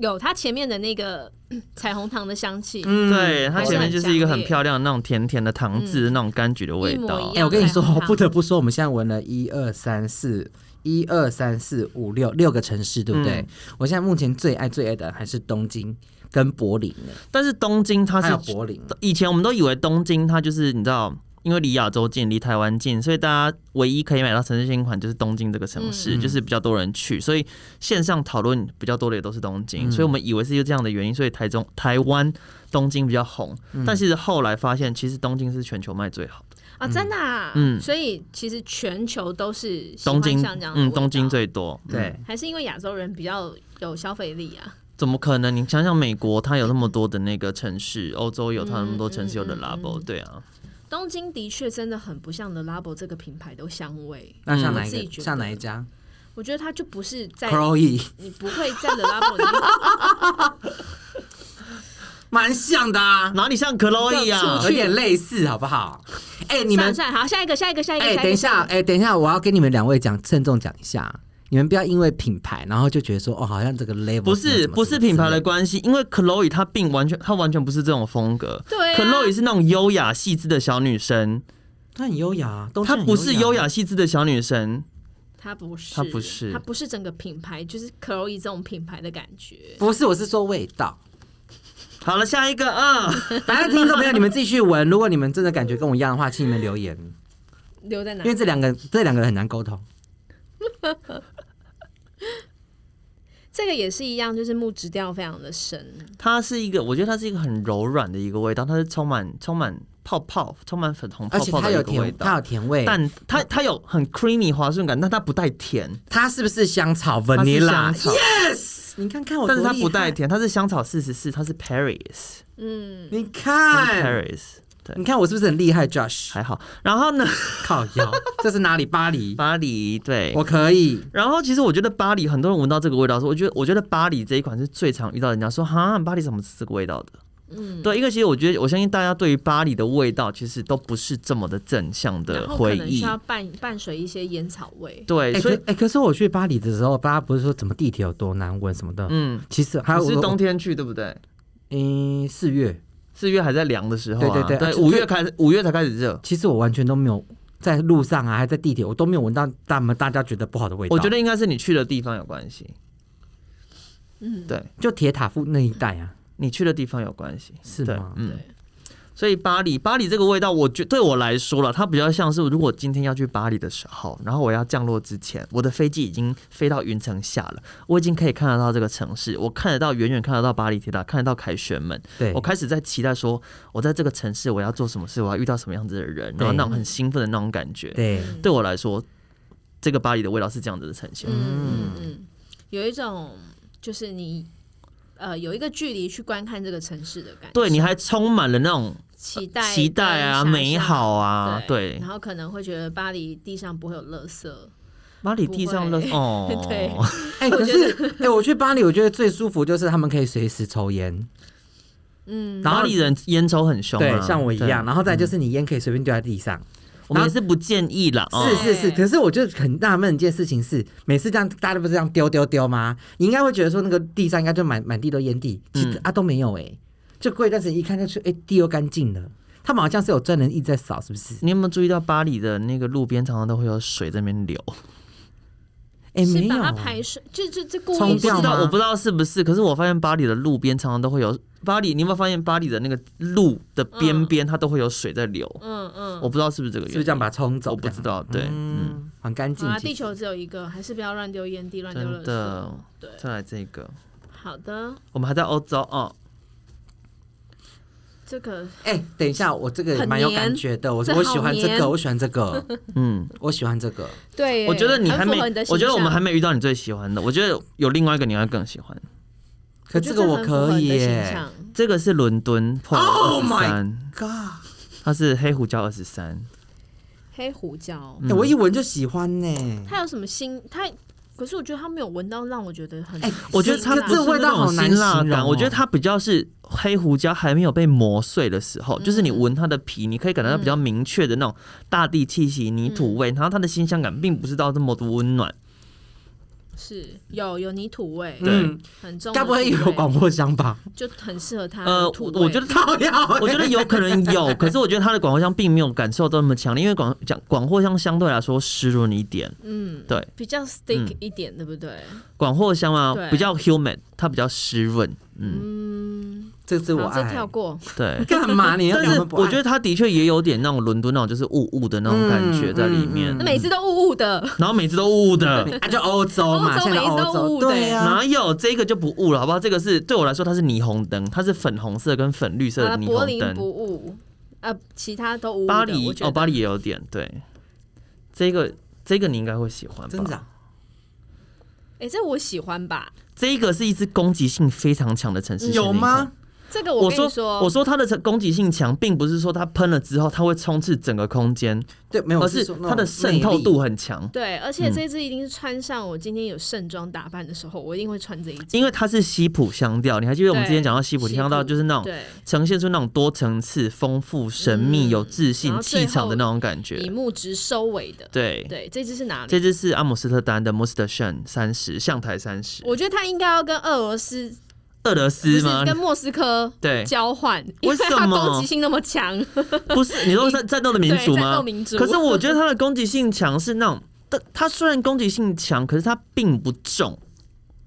有它前面的那个 嗯彩虹糖的香气，
嗯，
对，它
还是
前面
很
就是一个
强
很
烈
漂亮的那种甜甜的糖渍的那种柑橘的味
嗯一模
道啊
一。
哎、
样
我跟你说
嗯
彩虹，糖
不得不说，我们现在闻了一二三四，一二三四五六六个城市，对不对？
嗯
我现在目前最爱最爱的还是东京跟柏林呢，
但是东京它
还有
是
柏林。
以前我们都以为东京它就是你知道，因为离亚洲近，离台湾近，所以大家唯一可以买到城市新款就是东京这个城市，
嗯
就是比较多人去，所以线上讨论比较多的也都是东京，
嗯
所以我们以为是因为这样的原因，所以台中、台湾、东京比较红，
嗯
但其实后来发现，其实东京是全球卖最好的，
啊，真的、啊，
嗯
所以其实全球都是喜欢
东京
像这样，的味
嗯，
道
东京，最多，嗯
对，
还是因为亚洲人比较有消费力啊，
怎么可能？你想想，美国它有那么多的那个城市，欧洲有它那么多城市有
嗯
的 Labo，对啊，
东京的确真的很不像 The Labo 这个品牌的香味，
那像
嗯
哪一
我自己觉
个？
得
像哪一家
我觉得它就不是在
？Chloe，
你不会在 The Labo 里 面
蛮像的啊，
哪里像克洛伊啊
出
有
去？
点类似，好不好？哎、你
算
们
了，算了，好，下一个，下一个，下一个，
哎、等一下，哎、等一下，我要跟你们两位讲，郑重讲一下，你们不要因为品牌，然后就觉得说，哦，好像这个 level
不
什么
是
什么
不
什
是
么
品牌
之类
的关系，因为 Chloe 她并完全她完全不是这种风格。
对啊
Chloe 是那种优雅细致的小女生，
她很优雅啊，东
她
京很
不是优
啊
雅细致的小女生，
它不是，
它不是
它不是整个品牌，就是 Chloe 这种品牌的感觉，
不是，我是说味 道。
好了，下一个啊，
反正听众朋友，你们自己去闻。如果你们真的感觉跟我一样的话，请你们留言，
留在哪
因？为这两个这两个很难沟通。
这个也是一样，就是木质调非常的深，
它是一个，我觉得它是一个很柔软的一个味道，它是充满充满泡泡，充满粉红
而
泡
且
泡
它
的一
有
个味
甜，它
道
有。甜味。
但它它有很 creamy 滑顺感，但它不带甜，
它是不是香草
它是
vanilla？
香草，
你看看我，
但是它不带。甜，它是香草四十四，它是 Paris，
嗯，
你
它是
看，
Paris，对
你，看我是不是很厉害，Josh？
还好。然后呢，
靠腰， 这是哪里？巴黎，
哎巴黎，对，
我可以。
然后其实我觉得巴黎很多人闻到这个味道的时候，我觉得我觉得巴黎这一款是最常遇到人家说哈巴黎怎么是这个味道的，嗯，对，因为其实我觉得，我相信大家对于巴黎的味道，其实都不是这么的正向
然
的
后可
回
能
忆
需。要伴伴随一些烟草味。
对，
哎、
所
可
以
哎、可是我去巴黎的时候，大家不是说怎么地铁有多难闻什么的，
嗯，
其实还有
你是
我
冬，天去对不对？
嗯，四月，
四月还在凉的时候啊，
对对对啊
五月开始，五月才开始热。
其实我完全都没有在路上啊，还在地铁，我都没有闻到大们大家觉得不好的味道。
我觉得应该是你去的地方有关系，
嗯，
对
就铁塔附那一带啊，
你去的地方有关系，
是
对
吗，
嗯
对。
所以巴黎，巴黎这个味道，我觉对我来说了，它比较像是，如果今天要去巴黎的时候，然后我要降落之前，我的飞机已经飞到云层下了，我已经可以看得到这个城市，我看得到远远看得到巴黎铁塔，看得到凯旋门，
对
我开始在期待说，我在这个城市我要做什么事，我要遇到什么样子的人，然后那种很兴奋的那种感觉，
对，
对我来说，这个巴黎的味道是这样子的呈现。
嗯嗯嗯，有一种就是你呃有一个距离去观看这个城市的感觉，
对，你还充满了那种
期待
期待啊、
跟想象
美好啊，对
然。后可能会觉得巴黎地上不会有垃圾，
巴黎地上的
不，
哦
对
哎、可是哎、我去巴黎，我觉得最舒服就是他们可以随时抽烟，
嗯，
然后
巴黎人烟抽很凶、啊，
对，像我一样，
对。
然后再就是你烟可以随便丢在地上。
我们也是不建议啦，哦
是是是，
对
可是我就很纳闷一件事情是，每次这样大家都不是这样丢丢丢吗？你应该会觉得说那个地上应该就满满地都烟蒂，其实、
嗯
啊都没有哎、就过一段时间一看就是哎、地又干净了。他们好像是有专人一直在扫，是不是？
你有没有注意到巴黎的那个路边常常都会有水在那边流？
哎、
是
没有
把它，排水，这这这故
我
冲
意
不知
掉
是
道，
吗
我不知道是不是，可是我发现巴黎的路边常常都会有巴黎，你有没有发现巴黎的那个路的边边它都会有水在流？
嗯嗯，
我不知道是不是这个原因，
是不是这样把它冲走？
我不知道，
这
对，
样，
嗯，
嗯，很干净
好。啦，啊
其
地
实
球只有一个，还是不要乱丢烟蒂、乱丢垃
真
圾。
的
对。
再来这个，
好的，
我们还在欧洲哦，
这个
哎、等一下，我这个
很
蛮有
黏
感觉的，我
这好
我喜欢这
黏
个，我喜欢这个，
嗯，
我喜欢这个。
对耶，
我觉得你
很
还
符
没
合你的，
我觉得
形
我们
象
还没遇到你最喜欢的，我觉得有另外一个你会更喜欢，
可
觉
这
得
个我
很符合
可以
你的形
耶
象
这个是伦敦破二
Oh
十
my
三。
，God，
它是黑胡椒二十三，
黑胡椒，
嗯
哎、我一闻就喜欢呢、
它有什么新？它可是我觉得它没有闻到让我觉得很，
哎
我觉得它
这
不是
这味
那
道
种
好难
辛辣
形容
感，
哦
我觉得它比较是黑胡椒还没有被磨碎的时候，就是你闻它的皮，你可以感觉到比较明确的那种大地气息、泥土味，然后它的新香感并不是到这么的温暖。
是有有泥土味，
嗯，
很重的土味，
该不会有广播箱吧？哎
就很适合它
呃，
的土
我
味。
我觉得它。
讨厌，
我觉得有可能有， 可是我觉得它的广藿香并没有感受到那么强烈，因为广讲广藿香相对来说湿润一点，
嗯，
对，
比较 stick 一点，对不对？
广藿香啊
对
比较 human，它比较湿润，嗯，
嗯，
这是我
好，这
爱。
跳过。
对。
干嘛？你要
但
讲
是
们不
我觉
得
得他的确也有点那种伦敦那种就是雾雾的那种感觉在里面，
嗯嗯嗯
那每次都雾雾的，
然后每次都雾雾的，
啊，就欧洲嘛，
欧洲
现在
每一
欧
周
洲
五的
对呀、啊，
哪有这个就不雾了，好不好？这个是对我来说它是霓虹灯，它是粉红色跟粉绿色
啊，
的霓
柏
虹
林不
灯。
雾，呃，其他都雾雾的。
巴黎
我觉
哦，
得
巴黎也有点对，这个这个你应该会喜欢
真
吧？
的啊
哎、这我喜欢吧？
这个是一支攻击性非常强的城市，
有吗？？
这个
我
跟你
说，我说它的攻击性强，并不是说它喷了之后它会充斥整个空间，
对，没有，
而
我
是
说那
它的
种
渗透度
魅力。
很强。
对，而
嗯
且这次一定是穿上我今天有盛装打扮的时候，我一定会穿这一件。
因为它是西普香调，你还记得我们之前讲到西普香调，就是那种
对
呈现出那种多层次、丰富、神秘、
嗯
有自信
然后最
气
后
场的那种感觉。
以木直收尾的。
对，
对，这只是哪里？
这支是阿姆斯特丹的 m o s t e r s h e n 三十象台三十，
我觉得它应该要跟俄罗斯
俄罗
不
斯
是
吗？
跟莫斯科
对，
交换，
为
因为
什
它
么
攻击性那么强，
不是你说是战斗的民
对，
族
战斗
吗？
民族。
可是我觉得它的攻击性强是那种，但它虽然攻击性强，可是它并不重。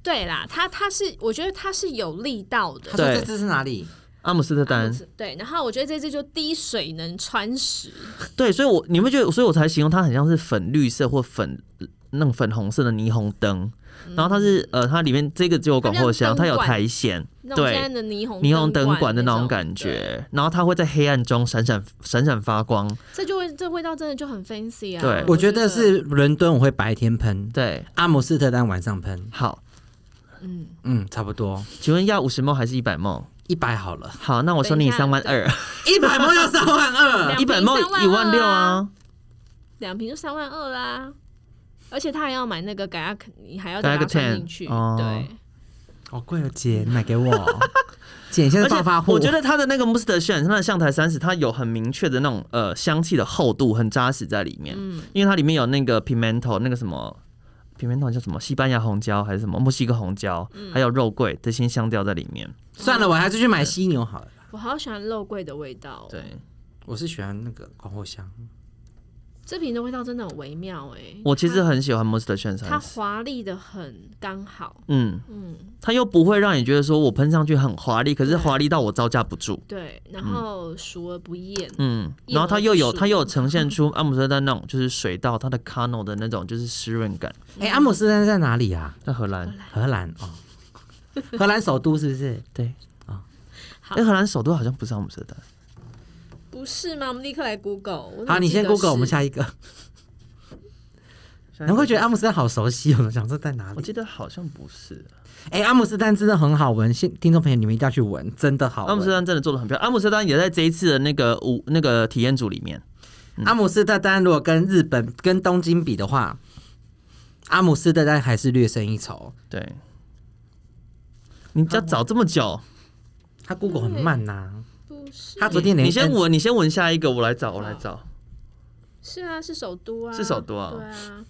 对啦，它它是我觉得它是有力道的
他。说
对
这支是哪里？
阿姆斯特丹，
对，然后我觉得这只就滴水能穿石，
对，所以我你会觉得，所以我才形容它很像是粉绿色或粉那种粉红色的霓虹灯，然后它是呃，它里面这个只有广藿香，
嗯它
它
像灯
有
管
台线，
那种现在
对，
的霓虹
霓虹灯管
管
的那种
种
感
对
觉，然后它会在黑暗中闪闪闪闪发光，
这就会这味道真的就很 fancy 啊。
对
我觉得是伦敦，我会白天喷，
对，
阿姆斯特丹晚上喷。
好，
嗯，
嗯，差不多
请问要五十梦还是一百梦？
一百好了，
好，那我收你
等一下
三万二，
一百梦要三万二。
两
一
瓶
百梦
32,000
一万六啊，
两瓶就三万二啦，而且他还要买那个改亚肯，你还要
改
再
亚
把
克
它
ten，
算进去，
哦
对，
好贵哦，姐，你买给我。 简现
而
在
且
暴发户，
我觉得它的那个 Mustachine，它的象台三十，它有很明确的那种呃香气的厚度，很扎实在里面。因为它里面有那个 pimento，那个什么 pimento 叫什么西班牙红椒还是什么墨西哥红椒，还有肉桂这些香调在里面。
算了，我还是去买犀牛好了。
我好喜欢肉桂的味道、哦。，
对
我是喜欢那个广藿香，
这瓶的味道真的很微妙哎、
我其实很喜欢 Mustachine
它它
三十，
华丽的很刚好，
嗯，
嗯，
它又不会让你觉得说我喷上去很华丽，可是华丽到我招架不住。
对，然后熟而不艳，
嗯，
一
然后它
文
又
不
有
数
它又有呈现出阿姆斯特丹那种就是水稻它的 cano 的那种就是湿润感，
哎、阿姆斯特丹在哪里啊？
在荷兰。
荷兰哦，荷兰首都是不 是？
对
啊，
好
哎、荷兰首都好像不是阿姆斯特丹，
不是吗？我们立刻来 Google 我怎么
好，你
记得
先 Google，我们
是
下一个。难怪觉得阿姆斯特丹好熟悉哦，我想说在哪
我
里？
记得好像不是
哎、阿姆斯特丹真的很好闻，现听众朋友你们一定要去闻，真的好闻。
阿姆斯特丹，真的做的很漂亮。阿姆斯特丹也在这一次的那个五那个体验组里面，
阿姆斯特丹如果跟日本跟东京比的话，阿姆斯特丹还是略胜一筹。
对。你只要找这么久，
他 Google 很慢呐、
不是？
他昨天连
你先
嗯
闻，你先闻下一个，我来找，我来找。
是啊，是首都啊，
是首都啊
对啊，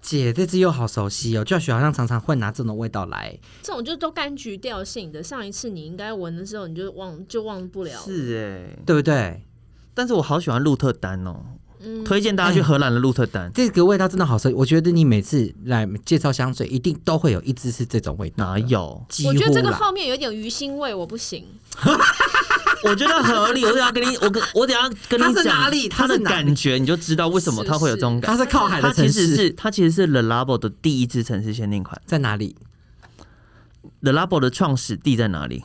姐这支又好熟悉哦，Josh 好像常常会拿这种味道来。
这种就都柑橘调性的。上一次你应该闻的时候，你就忘就忘不了。
是哎、
对不对？
但是我好喜欢鹿特丹哦，
嗯，
推荐大家去荷兰的鹿特丹。
这个味道真的好熟悉，我觉得你每次来介绍香水，一定都会有一支是这种味道。
哪？有？
几乎
我觉得这个
啦
后面有点鱼腥味，我不行。
我觉得合理。我等一下跟你，我跟我等一下跟你
它是
讲
哪里
它
它
的
是哪里
感觉，你就知道为什么它会有这种感
它是靠海
它
的
其
城
实
市，
是它其实是 The Labo 的第一支城市限定款。
在哪里？
The Labo 的创始地在哪里？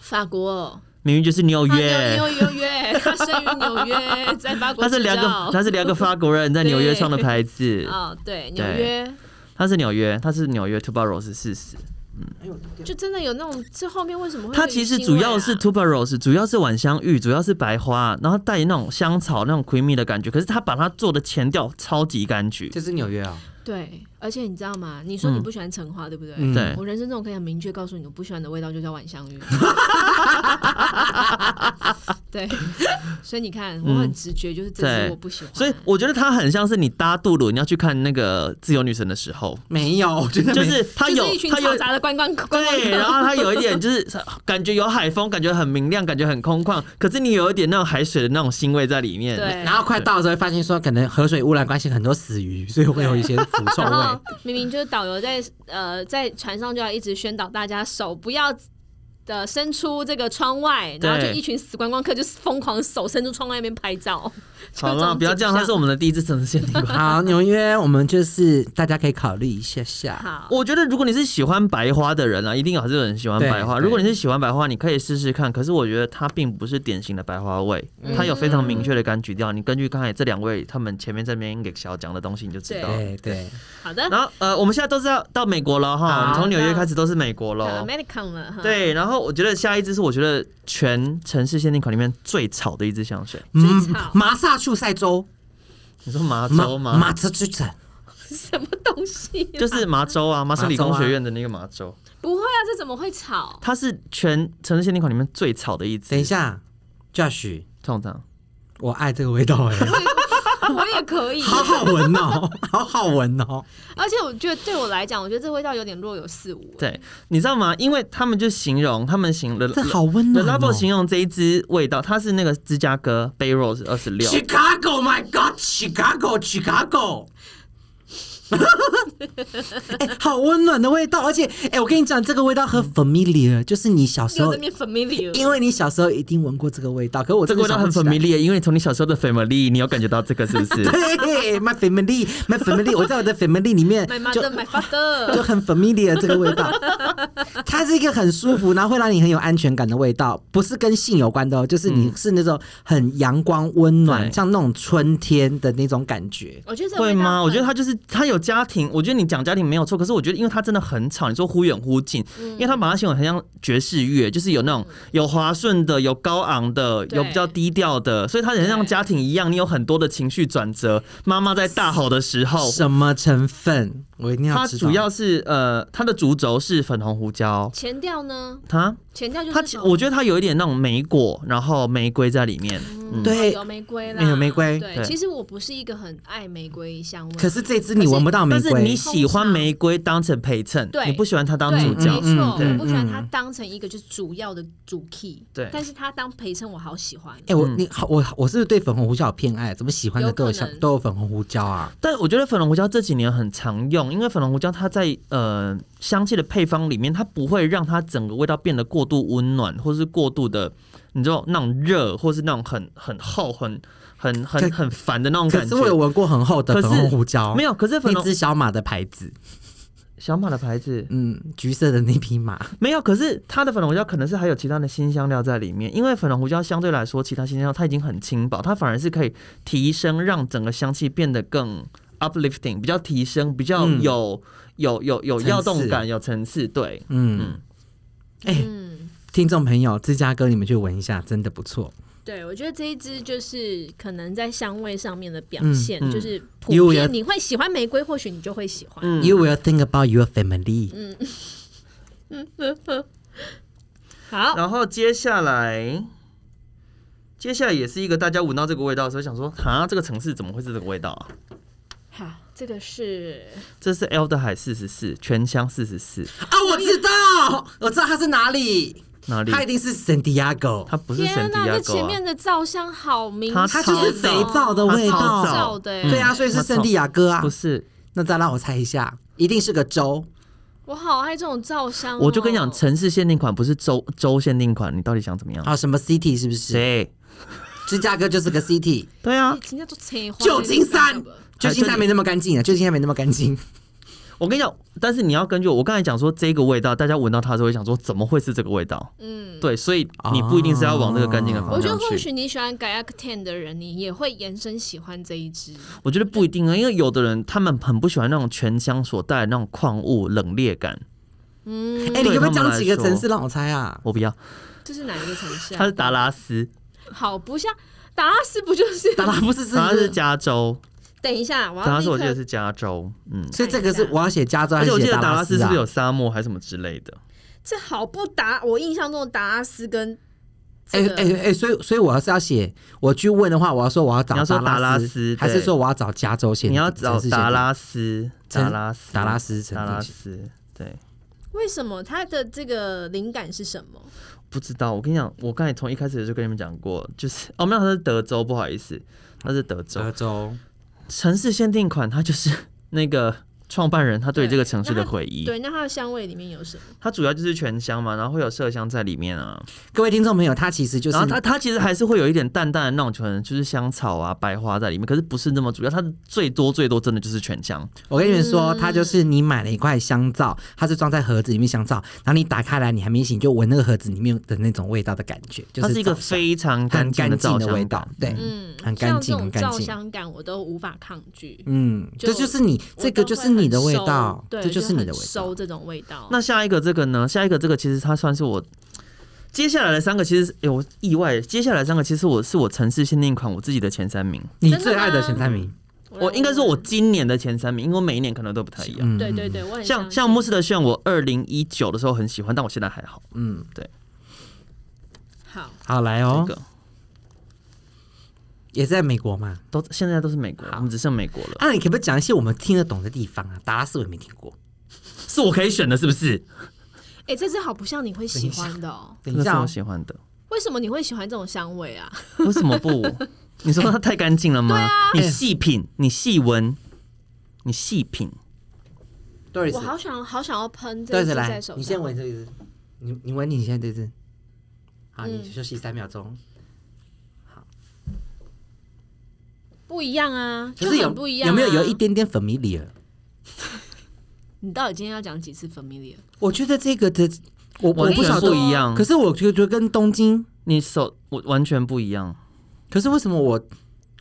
法国哦，
明明就是纽
他
约
纽。纽约， 他生于纽约，在法国
它
制造。。
是两 个，它是两个法国人在纽约创的牌子
哦， 对，纽约
它是纽约，它是纽约 Tubaros 是事实。
就真的有那种，这后面为什么会有鱼腥味啊？
它其实主要是 Tubaros，主要是晚香玉，主要是白花，然后带那种香草那种 creamy 的感觉。可是它把它做的前调超级柑橘。
就是纽约哦。
对，而且你知道吗？你说你不喜欢橙花，对不对？
嗯
对
我人生中可以很明确告诉你，我不喜欢的味道就叫晚香玉。 对，所以你看，我很直觉，就是这
对
支我不喜欢。
所以我觉得它很像是你搭渡轮要去看那个自由女神的时候，
没有，我觉得
就
没
是它有
就是一群
它有
嘈杂的观光观光
对，然
客。
后它有一点就是感觉有海风，感觉很明亮，感觉很空旷，可是你有一点那种海水的那种腥味在里面。
对
然后快到的时候会发现说，可能河水污染关系很多死鱼，所以会有一些腐臭
然
味
后。明明就是导游在呃在船上就要一直宣导大家手不要的伸出这个窗外，然后就
对
一群死观光客就是疯狂手伸出窗外面拍照。就
好了，
种
不要
景
这样，它
象
是我们的第一次城市限定款。
好，纽约，我们就是大家可以考虑一下下。
好。
我觉得如果你是喜欢白花的人啊，一定有还是有人喜欢白花。
对对
如果你是喜欢白花，你可以试试看。可是我觉得它并不是典型的白花味，它有非常明确的柑橘调。你根据刚才这两位他们前面这边给小讲的东西，你就知道。
对哎对，
好的
然后呃，我们现在都是要到美国了哈，我们从纽约开始都是美国
讲
喽。
，American 了哈。，
对，然后我觉得下一支是我觉得全城市限定款里面最吵的一支香水。
最吵
嗯马萨诸塞州，
你说麻
马
州吗？
马萨诸塞，
什么东西啦？
就是麻州啊，麻省理工学院的那个麻州，
不会啊，这怎么会吵？
它是全城市限定款里面最吵的一支。
等一，下，Josh，
通常
我爱这个味 道哎、
我也 可以，
好好闻哦，好好闻哦。
而且我觉得对我来讲，我觉得这味道有点若有似无。
对，你知道吗？因为他们就形容，他们形容
这好温
，The
暖、
Level
哦。
形容这一支味道，它是那个芝加哥 Bay Rose 二十六。
Chicago，My God，Chicago，Chicago。哎、好温暖的味道，而且哎、我跟你讲，这个味道很 familiar，就是你小时
又
候
这，边 familiar，
因为你小时候一定闻过这个味道，可我
这
真
个味
的
道很
想不起来
familiar，因为从你小时候的 family，你有感觉到这个是不是？
对，my family，my family，我在我的 family 里面
my
就
mother，my
就
father。
很 familiar 这个味道，它是一个很舒服，然后会让你很有安全感的味道，不是跟性有关的哦，就是你是那种很阳光温暖，
嗯对
像那种春天的那种感觉。
我觉得这
会
味道
吗？
很
我觉得它就是它有家庭，我觉得你讲家庭没有错，可是我觉得因为它真的很吵，你说忽远忽近，
嗯
因为它把它形容很像爵士乐，就是有那种有滑顺的，有高昂的，
对
有比较低调的，所以它很像
对
家庭一样，你有很多的情绪转折。妈妈在大吼的时候，
什么成分？我一定要
哦它
知道。
主要是呃，它的主轴是粉红胡椒，
前调呢？
它
前调就
它
是
我觉得它有一点那种莓果，然后玫瑰在里面，嗯，
对
有玫瑰啦，
没有玫瑰
对，
对
其实我不是一个很爱玫瑰香味，
可是这支你闻不到玫
但是你
瑰，
喜欢玫瑰当成陪衬，
对
你不喜欢它当
对，
主角嗯
没，错，
对
我不喜欢它当成一个就是主要的主 key，
对
但是它当陪衬我好喜欢。
哎、我你好，我我是不是对粉红胡椒有偏爱？怎么喜欢的
有可
都有香
能
都有粉红胡椒啊？
但我觉得粉红胡椒这几年很常用，因为粉红胡椒它在呃香气的配方里面，它不会让它整个味道变得过度温暖，或是过度的，你知道那种热，或是那种很很厚、很很很
可
很烦的那种
可
感
是我有
觉。
闻过很厚的
可是
粉红胡椒，
没有，可是粉
那
红
只小马的牌子，
小马的牌子
嗯，橘色的那匹马。
没有，可是它的粉红胡椒可能是还有其他的新香料在里面，因为粉红胡椒相对来说，其他新香料它已经很轻薄，它反而是可以提升，让整个香气变得更 uplifting，比较提升，比较
嗯
有、有有有
层
跃动
次
感，有层次，对。
嗯，哎、
嗯，
听众朋友，芝加哥你们去闻一下，真的不错。
对，我觉得这一支就是可能在香味上面的表
嗯
现，
嗯
就是普
因为我也
遍你会喜欢玫瑰，或许你就会喜欢。
嗯
You will think about your family、
好，
然后接下来，接下来也是一个大家闻到这个味道的时候想说，哈，这个城市怎么会是这个味道啊？
好，这个是
这是 L 的海四十四，全香四十四，
啊，我知道，我知道它是哪里，
哪里？
它一定是 San Diego，
它不是
天
圣地
哪，
亚
这
哥
前
啊，
面的皂香好明
它
显，哦
它就是肥皂的味
啊它超嗯
道。
皂的欸。
对啊，所以是圣地亚哥啊
不。是。
那再让我猜一下，一定是个州。
我好爱这种皂香哦。
我就跟你讲，城市限定款不是州州限定款，你到底想怎么样？
啊，什么 city 是不是？
谁？
芝加哥就是 个 city。
对啊，
人家都切花
旧金山
那个，
旧金山没那么干净啊，旧金山没那么干净。
我跟你讲，但是你要根据我刚才讲说这个味道，大家闻到它的时候会想说怎么会是这个味道？
嗯，
对，所以你不一定是要往这个干净的
我
方
觉得
向
或
去。
许你喜欢 Gaia Ten 的人，你也会延伸喜欢这一支。
我觉得不一定啊，因为有的人他们很不喜欢那种全香所带来那种矿物冷冽感。
嗯，
哎、你可不可以讲几
对
个
他们来
城
说
市让我猜啊？
我不要，
这是哪一个城市啊？
他是达拉斯，
好不像达拉斯，不就是？
达拉不是是
达拉斯是加州，
等一下，我
达
要
拉
立
斯我记得
刻。
是加州，嗯，
所以这个是我要写加州，还
而且我记
写
得达
拉
拉斯是
啊
不是有沙漠还是什么之类的？
这好不达，我印象中的达拉斯跟这
哎
个
哎哎，所以所以我要是要写，我去问的话，我要说我要找
你要说
达
达拉
斯
斯，
还是
对
说我要找加州县？
你要找
城市县
达拉斯，
城
达拉斯，
达拉斯城
达
市
拉
县
斯，对。
为什么它的这个灵感是什么？
不知道，我跟你讲，我刚才从一开始就跟你们讲过，就是哦，没有，它是德州，不好意思，它是德州
德州，
城市限定款，它就是那个创办人他对这个城市
那
的
它
回忆，
对，那它的香味里面有什么？
它主要就是全香嘛，然后会有麝香在里面啊，
各位听众朋友，它其实就是
然后它它其实还是会有一点淡淡的那种，可能就是香草啊、白花在里面，可是不是那么主要，它最多最多真的就是全香，
我跟你们说，它就是你买了一块香皂，它是装在盒子里面香皂，然后你打开来，你还没醒，你就闻那个盒子里面的那种味道的感觉，就
它是一个非
皂香
常
很
干
干
的
净
皂
的
香
味道
感，
对，
嗯，
很干净
像
很
这
干
种皂
净
香感我都无法抗拒。
嗯，
就
这就是你
我
这个
都
就
会
是你
很
的味
收
道，
对，
这就是你的
很
味
收
道。
这种味道。
那下一个这个呢？下一个这个其实它算是我接下来的三个，其实哎有、我意外。接下来三个其实我是我城市限定款我自己的前三名，
你
真的
最爱的
吗
前三名，
来
我应该说我今年的前三名，因为我每一年可能都不太一样。
嗯，
对对对，我很
像
相
像
信
慕斯的炫，我二零一九的时候很喜欢，但我现在还好。
嗯，
好，
好来
这
哦，
个
也是在美国嘛。
都现在都是美国，我们只剩美国了，
啊，你可不可以讲一些我们听得懂的地方啊？达拉斯我也没听过。
是我可以选的，是不是？
哎，这支好不像你会喜欢的哦。
这
等一
个是
下、
我
哦，
喜 欢的，
为什么你会喜欢这种香味啊？
为什么不？你说它太干净了吗？
啊
你细品，你细闻，你细品。
多
我好想好想要喷这一支在
来
手，上。
你先闻这一支，你你闻你现在这支。好，
嗯
你休息三秒钟。
不一样啊，
可
就是
有
很不一样啊。
有没有有一点点粉米里了？
你到底今天要讲几次 familiar？
我觉得这个的，我我
完
不
全
晓
不
得。
一样
可，是我觉得跟东京，
你手我完全不一样。
可是为什么我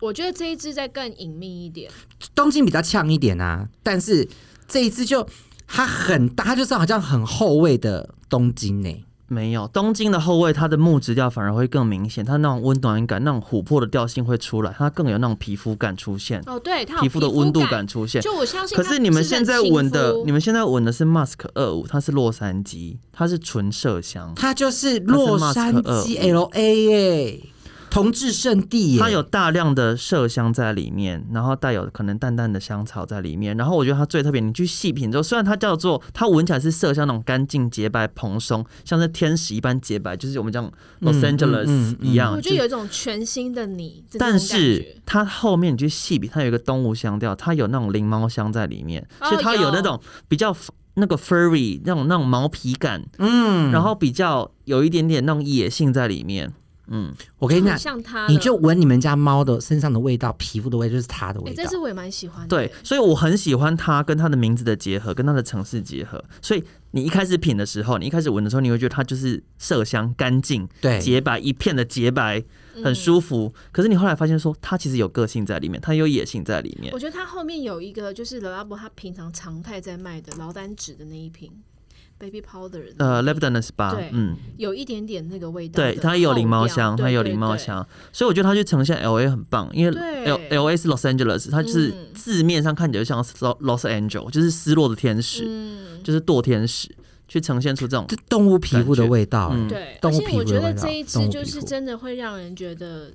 我觉得这一支再更隐秘一点，
东京比较呛一点啊，但是这一支就它很大，它就是好像很后味的东京呢、
没有东京的后味，它的木质调反而会更明显，它那种温暖感、那种琥珀的调性会出来，它更有那种皮肤感出现，
哦，对，它有
皮肤的温度
感
感。出现。
就我相信它
可
不是
是你们现在闻的
很亲，肤
你们现在闻的是 Mask 二五，它是洛杉矶，它是纯麝香，
它就是洛杉矶 L A 耶、同志圣地耶、
它有大量的麝香在里面，然后带有可能淡淡的香草在里面。然后我觉得它最特别，你去细品之后，虽然它叫做它闻起来是麝香那种干净、洁白、蓬松，像是天使一般洁白，就是我们讲 Los
嗯嗯
Angeles
嗯嗯
一样。
我
就
觉得有一种全新的你，这种
但
感
是
觉嗯
它后面你去细比，它有一个动物香调，它有那种灵猫香在里面，
哦
所以它有
有
那种比较 f- 那个 furry 那种那种毛皮感，
嗯，
然后比较有一点点那种野性在里面。嗯，
我跟你
很
讲，
像它了，
你就闻你们家猫的身上的味道、皮肤的味道，就是它的
哎、
味道。
这支我也蛮喜欢的，
对，所以我很喜欢它跟它的名字的结合，跟它的城市结合。所以你一开始品的时候，你一开始闻的时候，你会觉得它就是麝香、干净、
对，
洁白一片的洁白，
嗯
很舒服。可是你后来发现说，它其实有个性在里面，它有野性在里面
我。觉得它后面有一个就是劳拉伯它平常常态在卖的劳丹纸的那一瓶 baby powder，
呃 l e b d a
的
n 的 SPA，
对
嗯，
有一点点那个味道的后
对，
调，
它有灵猫香，
对
它有灵猫，香，所以我觉得它去呈现 L A 很棒，因为 L
对
L A 是 Los Angeles，它就是
嗯
字面上看起来就像是 Lo- Los Angel，就是失落的天
对
使，
嗯，
就是堕天使，去呈现出这种
这动物皮肤的味道、
嗯
对，
动
而
物
且
皮
我
肤的
觉得
味道
这一支
动物
就
皮
是
肤
真的会让人觉得，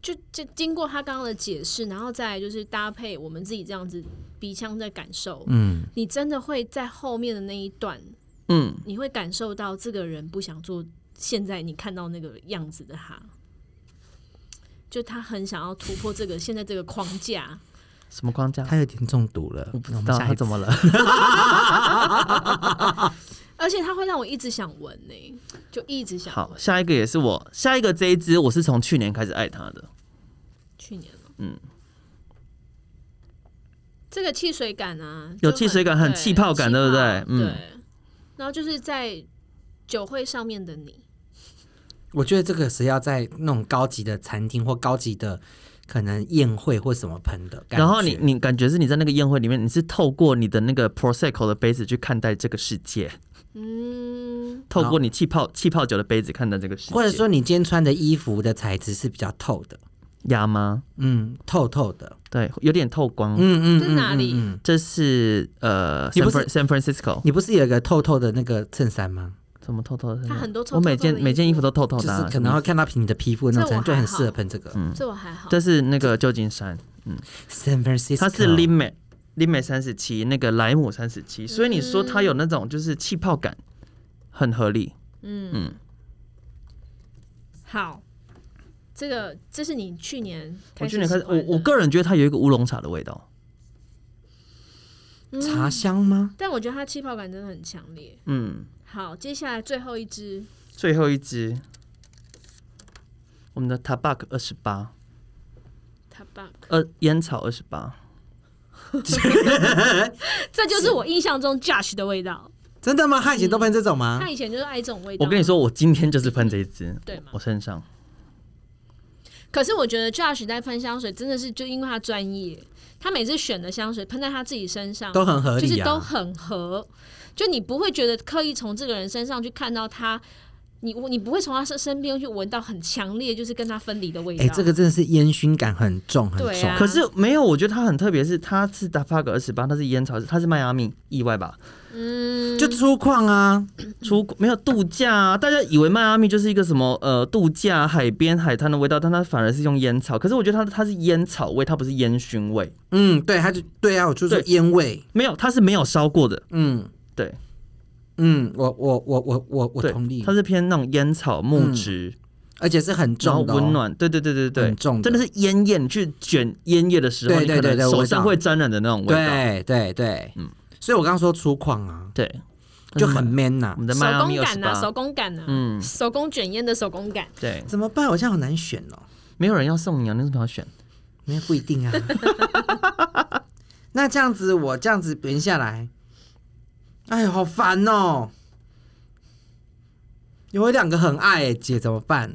就这经过他刚刚的解释，然后再来就是搭配我们自己这样子鼻腔在感受，
嗯，
你真的会在后面的那一段，
嗯。
你会感受到这个人不想做现在你看到那个样子的他。就他很想要突破这个现在这个框架，
什么框架？
它有点中毒了，
我不知
那们
道
下一
它
次
怎么了。
而且他会让我一直想闻呢、就一直想
好，
闻。
下一个也是我，下一个这一支我是从去年开始爱它的，
去年了，
嗯，
这个汽水感啊，
有
就
汽水感很
对
气泡感对不对
气泡
嗯
对。然后就是在酒会上面的你，
我觉得这个是要在那种高级的餐厅或高级的可能宴会或什么喷的感觉。
然后你你感觉是你在那个宴会里面，你是透过你的那个 prosecco 的杯子去看待这个世界，
嗯，
透过你气泡气泡酒的杯子看待这个世界，
或者说你今天穿的衣服的材质是比较透的，
亚吗？
嗯，透透的，
对，有点透光。
嗯嗯，
这哪里
嗯嗯嗯
这是呃
你
，San
不是
Fran- San Francisco
你不是有一个透透的那个衬衫吗？
怎么透透的？
它很多透
我
透
每
透
件
的
每
衣
件衣
服
服都透透
就
的啊、
是可
什
能会
么
看到你的皮肤那种
这我
餐，就很
还好
适合喷这个。
嗯
这我还好。
这是那个旧金山，
San Francisco，
它是 Limit Limit 三十七，那个莱姆三十
嗯
七，所以你说它有那种就是气泡感，很合理。
好，这个这是你去年
我
开
去
始
年开
喜
始，
欢
我
的，
我个人觉得它有一个乌龙茶的味道，
嗯
茶香吗？
但我觉得它气泡感真的很强烈。
嗯。
好，接下来最后一支，
最后一支，我们的 Tabac 二十八，
它棒，
呃，烟草二十八，
这就是我印象中 Josh 的味道。
真的吗？他以前都喷这种吗
嗯他？以前就是爱这种味道。
啊我跟你，说，我今天就是喷这一支，
对吗
我身上。
可是我觉得 Josh 在喷香水真的是就因为他专业，他每次选的香水喷在他自己身上
都很合
就是
理
都
啊。
很合，就你不会觉得刻意从这个人身上去看到他，你你不会从他身身边去闻到很强烈，就是跟他分离的味道。
哎，这个真的是烟熏感很重很
对
重
啊。
可是没有，我觉得它很特别，是它是 Tabac 二十八，它是烟草，它是迈阿密，意外吧？
嗯，
就粗犷啊，
出国没有度假、啊，大家以为迈阿密就是一个什么呃度假海边海滩的味道，但它反而是用烟草。可是我觉得它它是烟草味，它不是烟熏味，
嗯，对，他就对啊，我就说
对
烟味，
没有，它是没有烧过的，
嗯
对
嗯，我我我我我我
对
同意
它，是偏那种烟草木质。
而且是很
然后
重的哦
温，暖，对对对对对，
很重的
真的是烟叶，你去卷烟叶的时候，
对
你
对
可
对对
能
我
手
知道
上会沾染的那种味道。
对对对，
嗯
所以我刚刚说粗犷啊，
对，嗯
就很 man 呐、
我们的
手
迈阿
工
密二十
感啊，手
八，
工感啊，
嗯
手工卷烟的手工感。
对，
怎么办？我现在好难选哦，
没有人要送你啊，你为什么要选？
没有不一定啊。啊 那这样子，我这样子轮下来，哎呦，好烦哦。有两个很爱、欸、姐怎么办？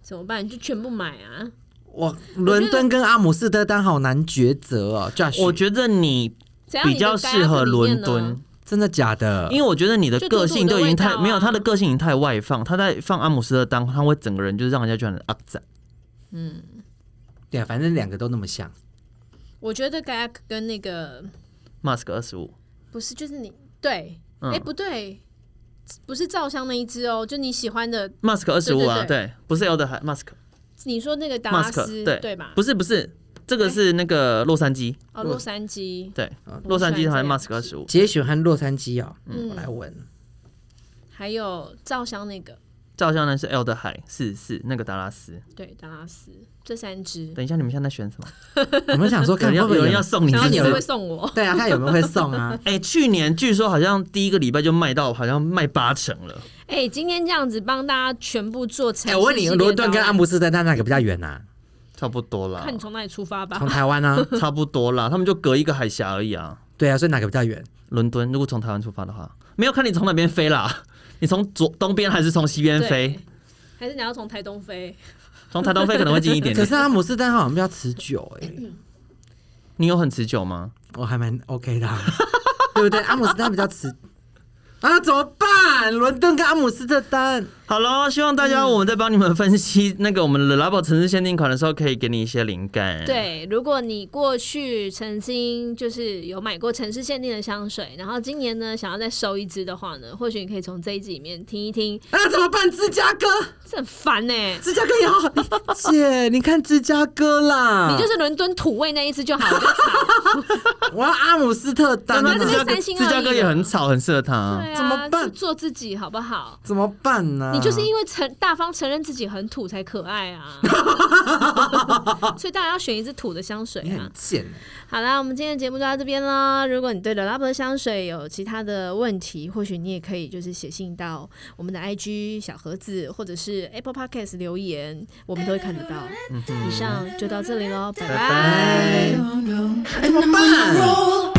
怎么办？就全部买啊！
哇，伦敦跟阿姆斯特丹好难抉择哦，Josh，
我觉得你
怎样
比较适合伦敦，，呃
真的假的？
因为我觉得你的
就土
个性
土的
都已经
味道
太没有，
啊
他的个性已经太外放，他在放阿姆斯特丹，他会整个人就是让人家觉得很肮脏。
对啊，反正两个都那么像。
我觉得 Gag 跟那个
Mask 二十五，
不是，就是你对，哎、
嗯
不对，不是照相那一只哦，就你喜欢的，
，Mask 二十五啊，
对对
对，不是 Elder Mask
你说那个达拉
Mask，
斯
对
对吧？
不是不是，这个是那个洛杉矶，
哦，洛杉矶，
对，
不
哦洛杉矶还是
算这
Mask 二
样
十五，
杰喜欢洛杉矶哦，
嗯
我来闻。
还有照相那个，
照相呢是 Elder 海四十四，那个达拉斯。
对，达拉斯这三只，
等一下，你们现在选什么？
我们想说
有
看
人要
会不会
有人
有
要送你
然
是
后
不
你
是。
是会送我，
对啊，看有没有会送啊
哎、去年据说好像第一个礼拜就卖到，好像卖八成了。
哎、今天这样子帮大家全部做成、
哎，我问你，伦敦跟阿，姆斯特丹哪个比较远啊？
差不多啦
看，你从哪里出发吧
从。台湾啊？
差不多啦，他们就隔一个海峡而已啊。
对啊，所以哪个比较远？
伦敦如果从台湾出发的话，没有看你从哪边飞啦， 你从左东边还是从西边
对
飞？
还是你要从台东飞？
从台东飞可能会近一 点
可
点。
是阿姆斯特丹好像比较持久哎、
嗯
你有很持久吗？
我还蛮 OK 的啊、 对不对？阿姆斯特丹比较持啊，怎么办？伦敦跟阿姆斯特丹，
好喽，希望大
嗯
家我们在帮你们分析那个我们的 Labo 城市限定款的时候，可以给你一些灵感。，
对，如果你过去曾经就是有买过城市限定的香水，然后今年呢想要再收一支的话呢，或许你可以从这一集里面听一听，
啊，怎么办？芝加哥，
这很烦欸呢、
芝加哥也好， 姐，你看芝加哥啦，
你就是伦敦土味那一支就好 了。
我要阿姆斯特丹
我们
啊
这
芝
边
加哥
三心二意
芝加哥也
了
很吵，很适合他、
对啊，
嗯怎么办
就
嗯
做自己好不好？
怎么办呢、
你就是啊因为承大方承认自己很土才可爱 啊，所以大家要选一支土的香水
你
啊
很。贱、
好啦，我们今天的节目就到这边啦。如果你对 The Lab 香水有其他的问题，或许你也可以就是写信到我们的 IG 小盒子，或者是 Apple Podcast 留言，我们都会看得到。以上就到这里喽，拜拜
拜
怎么办？
哎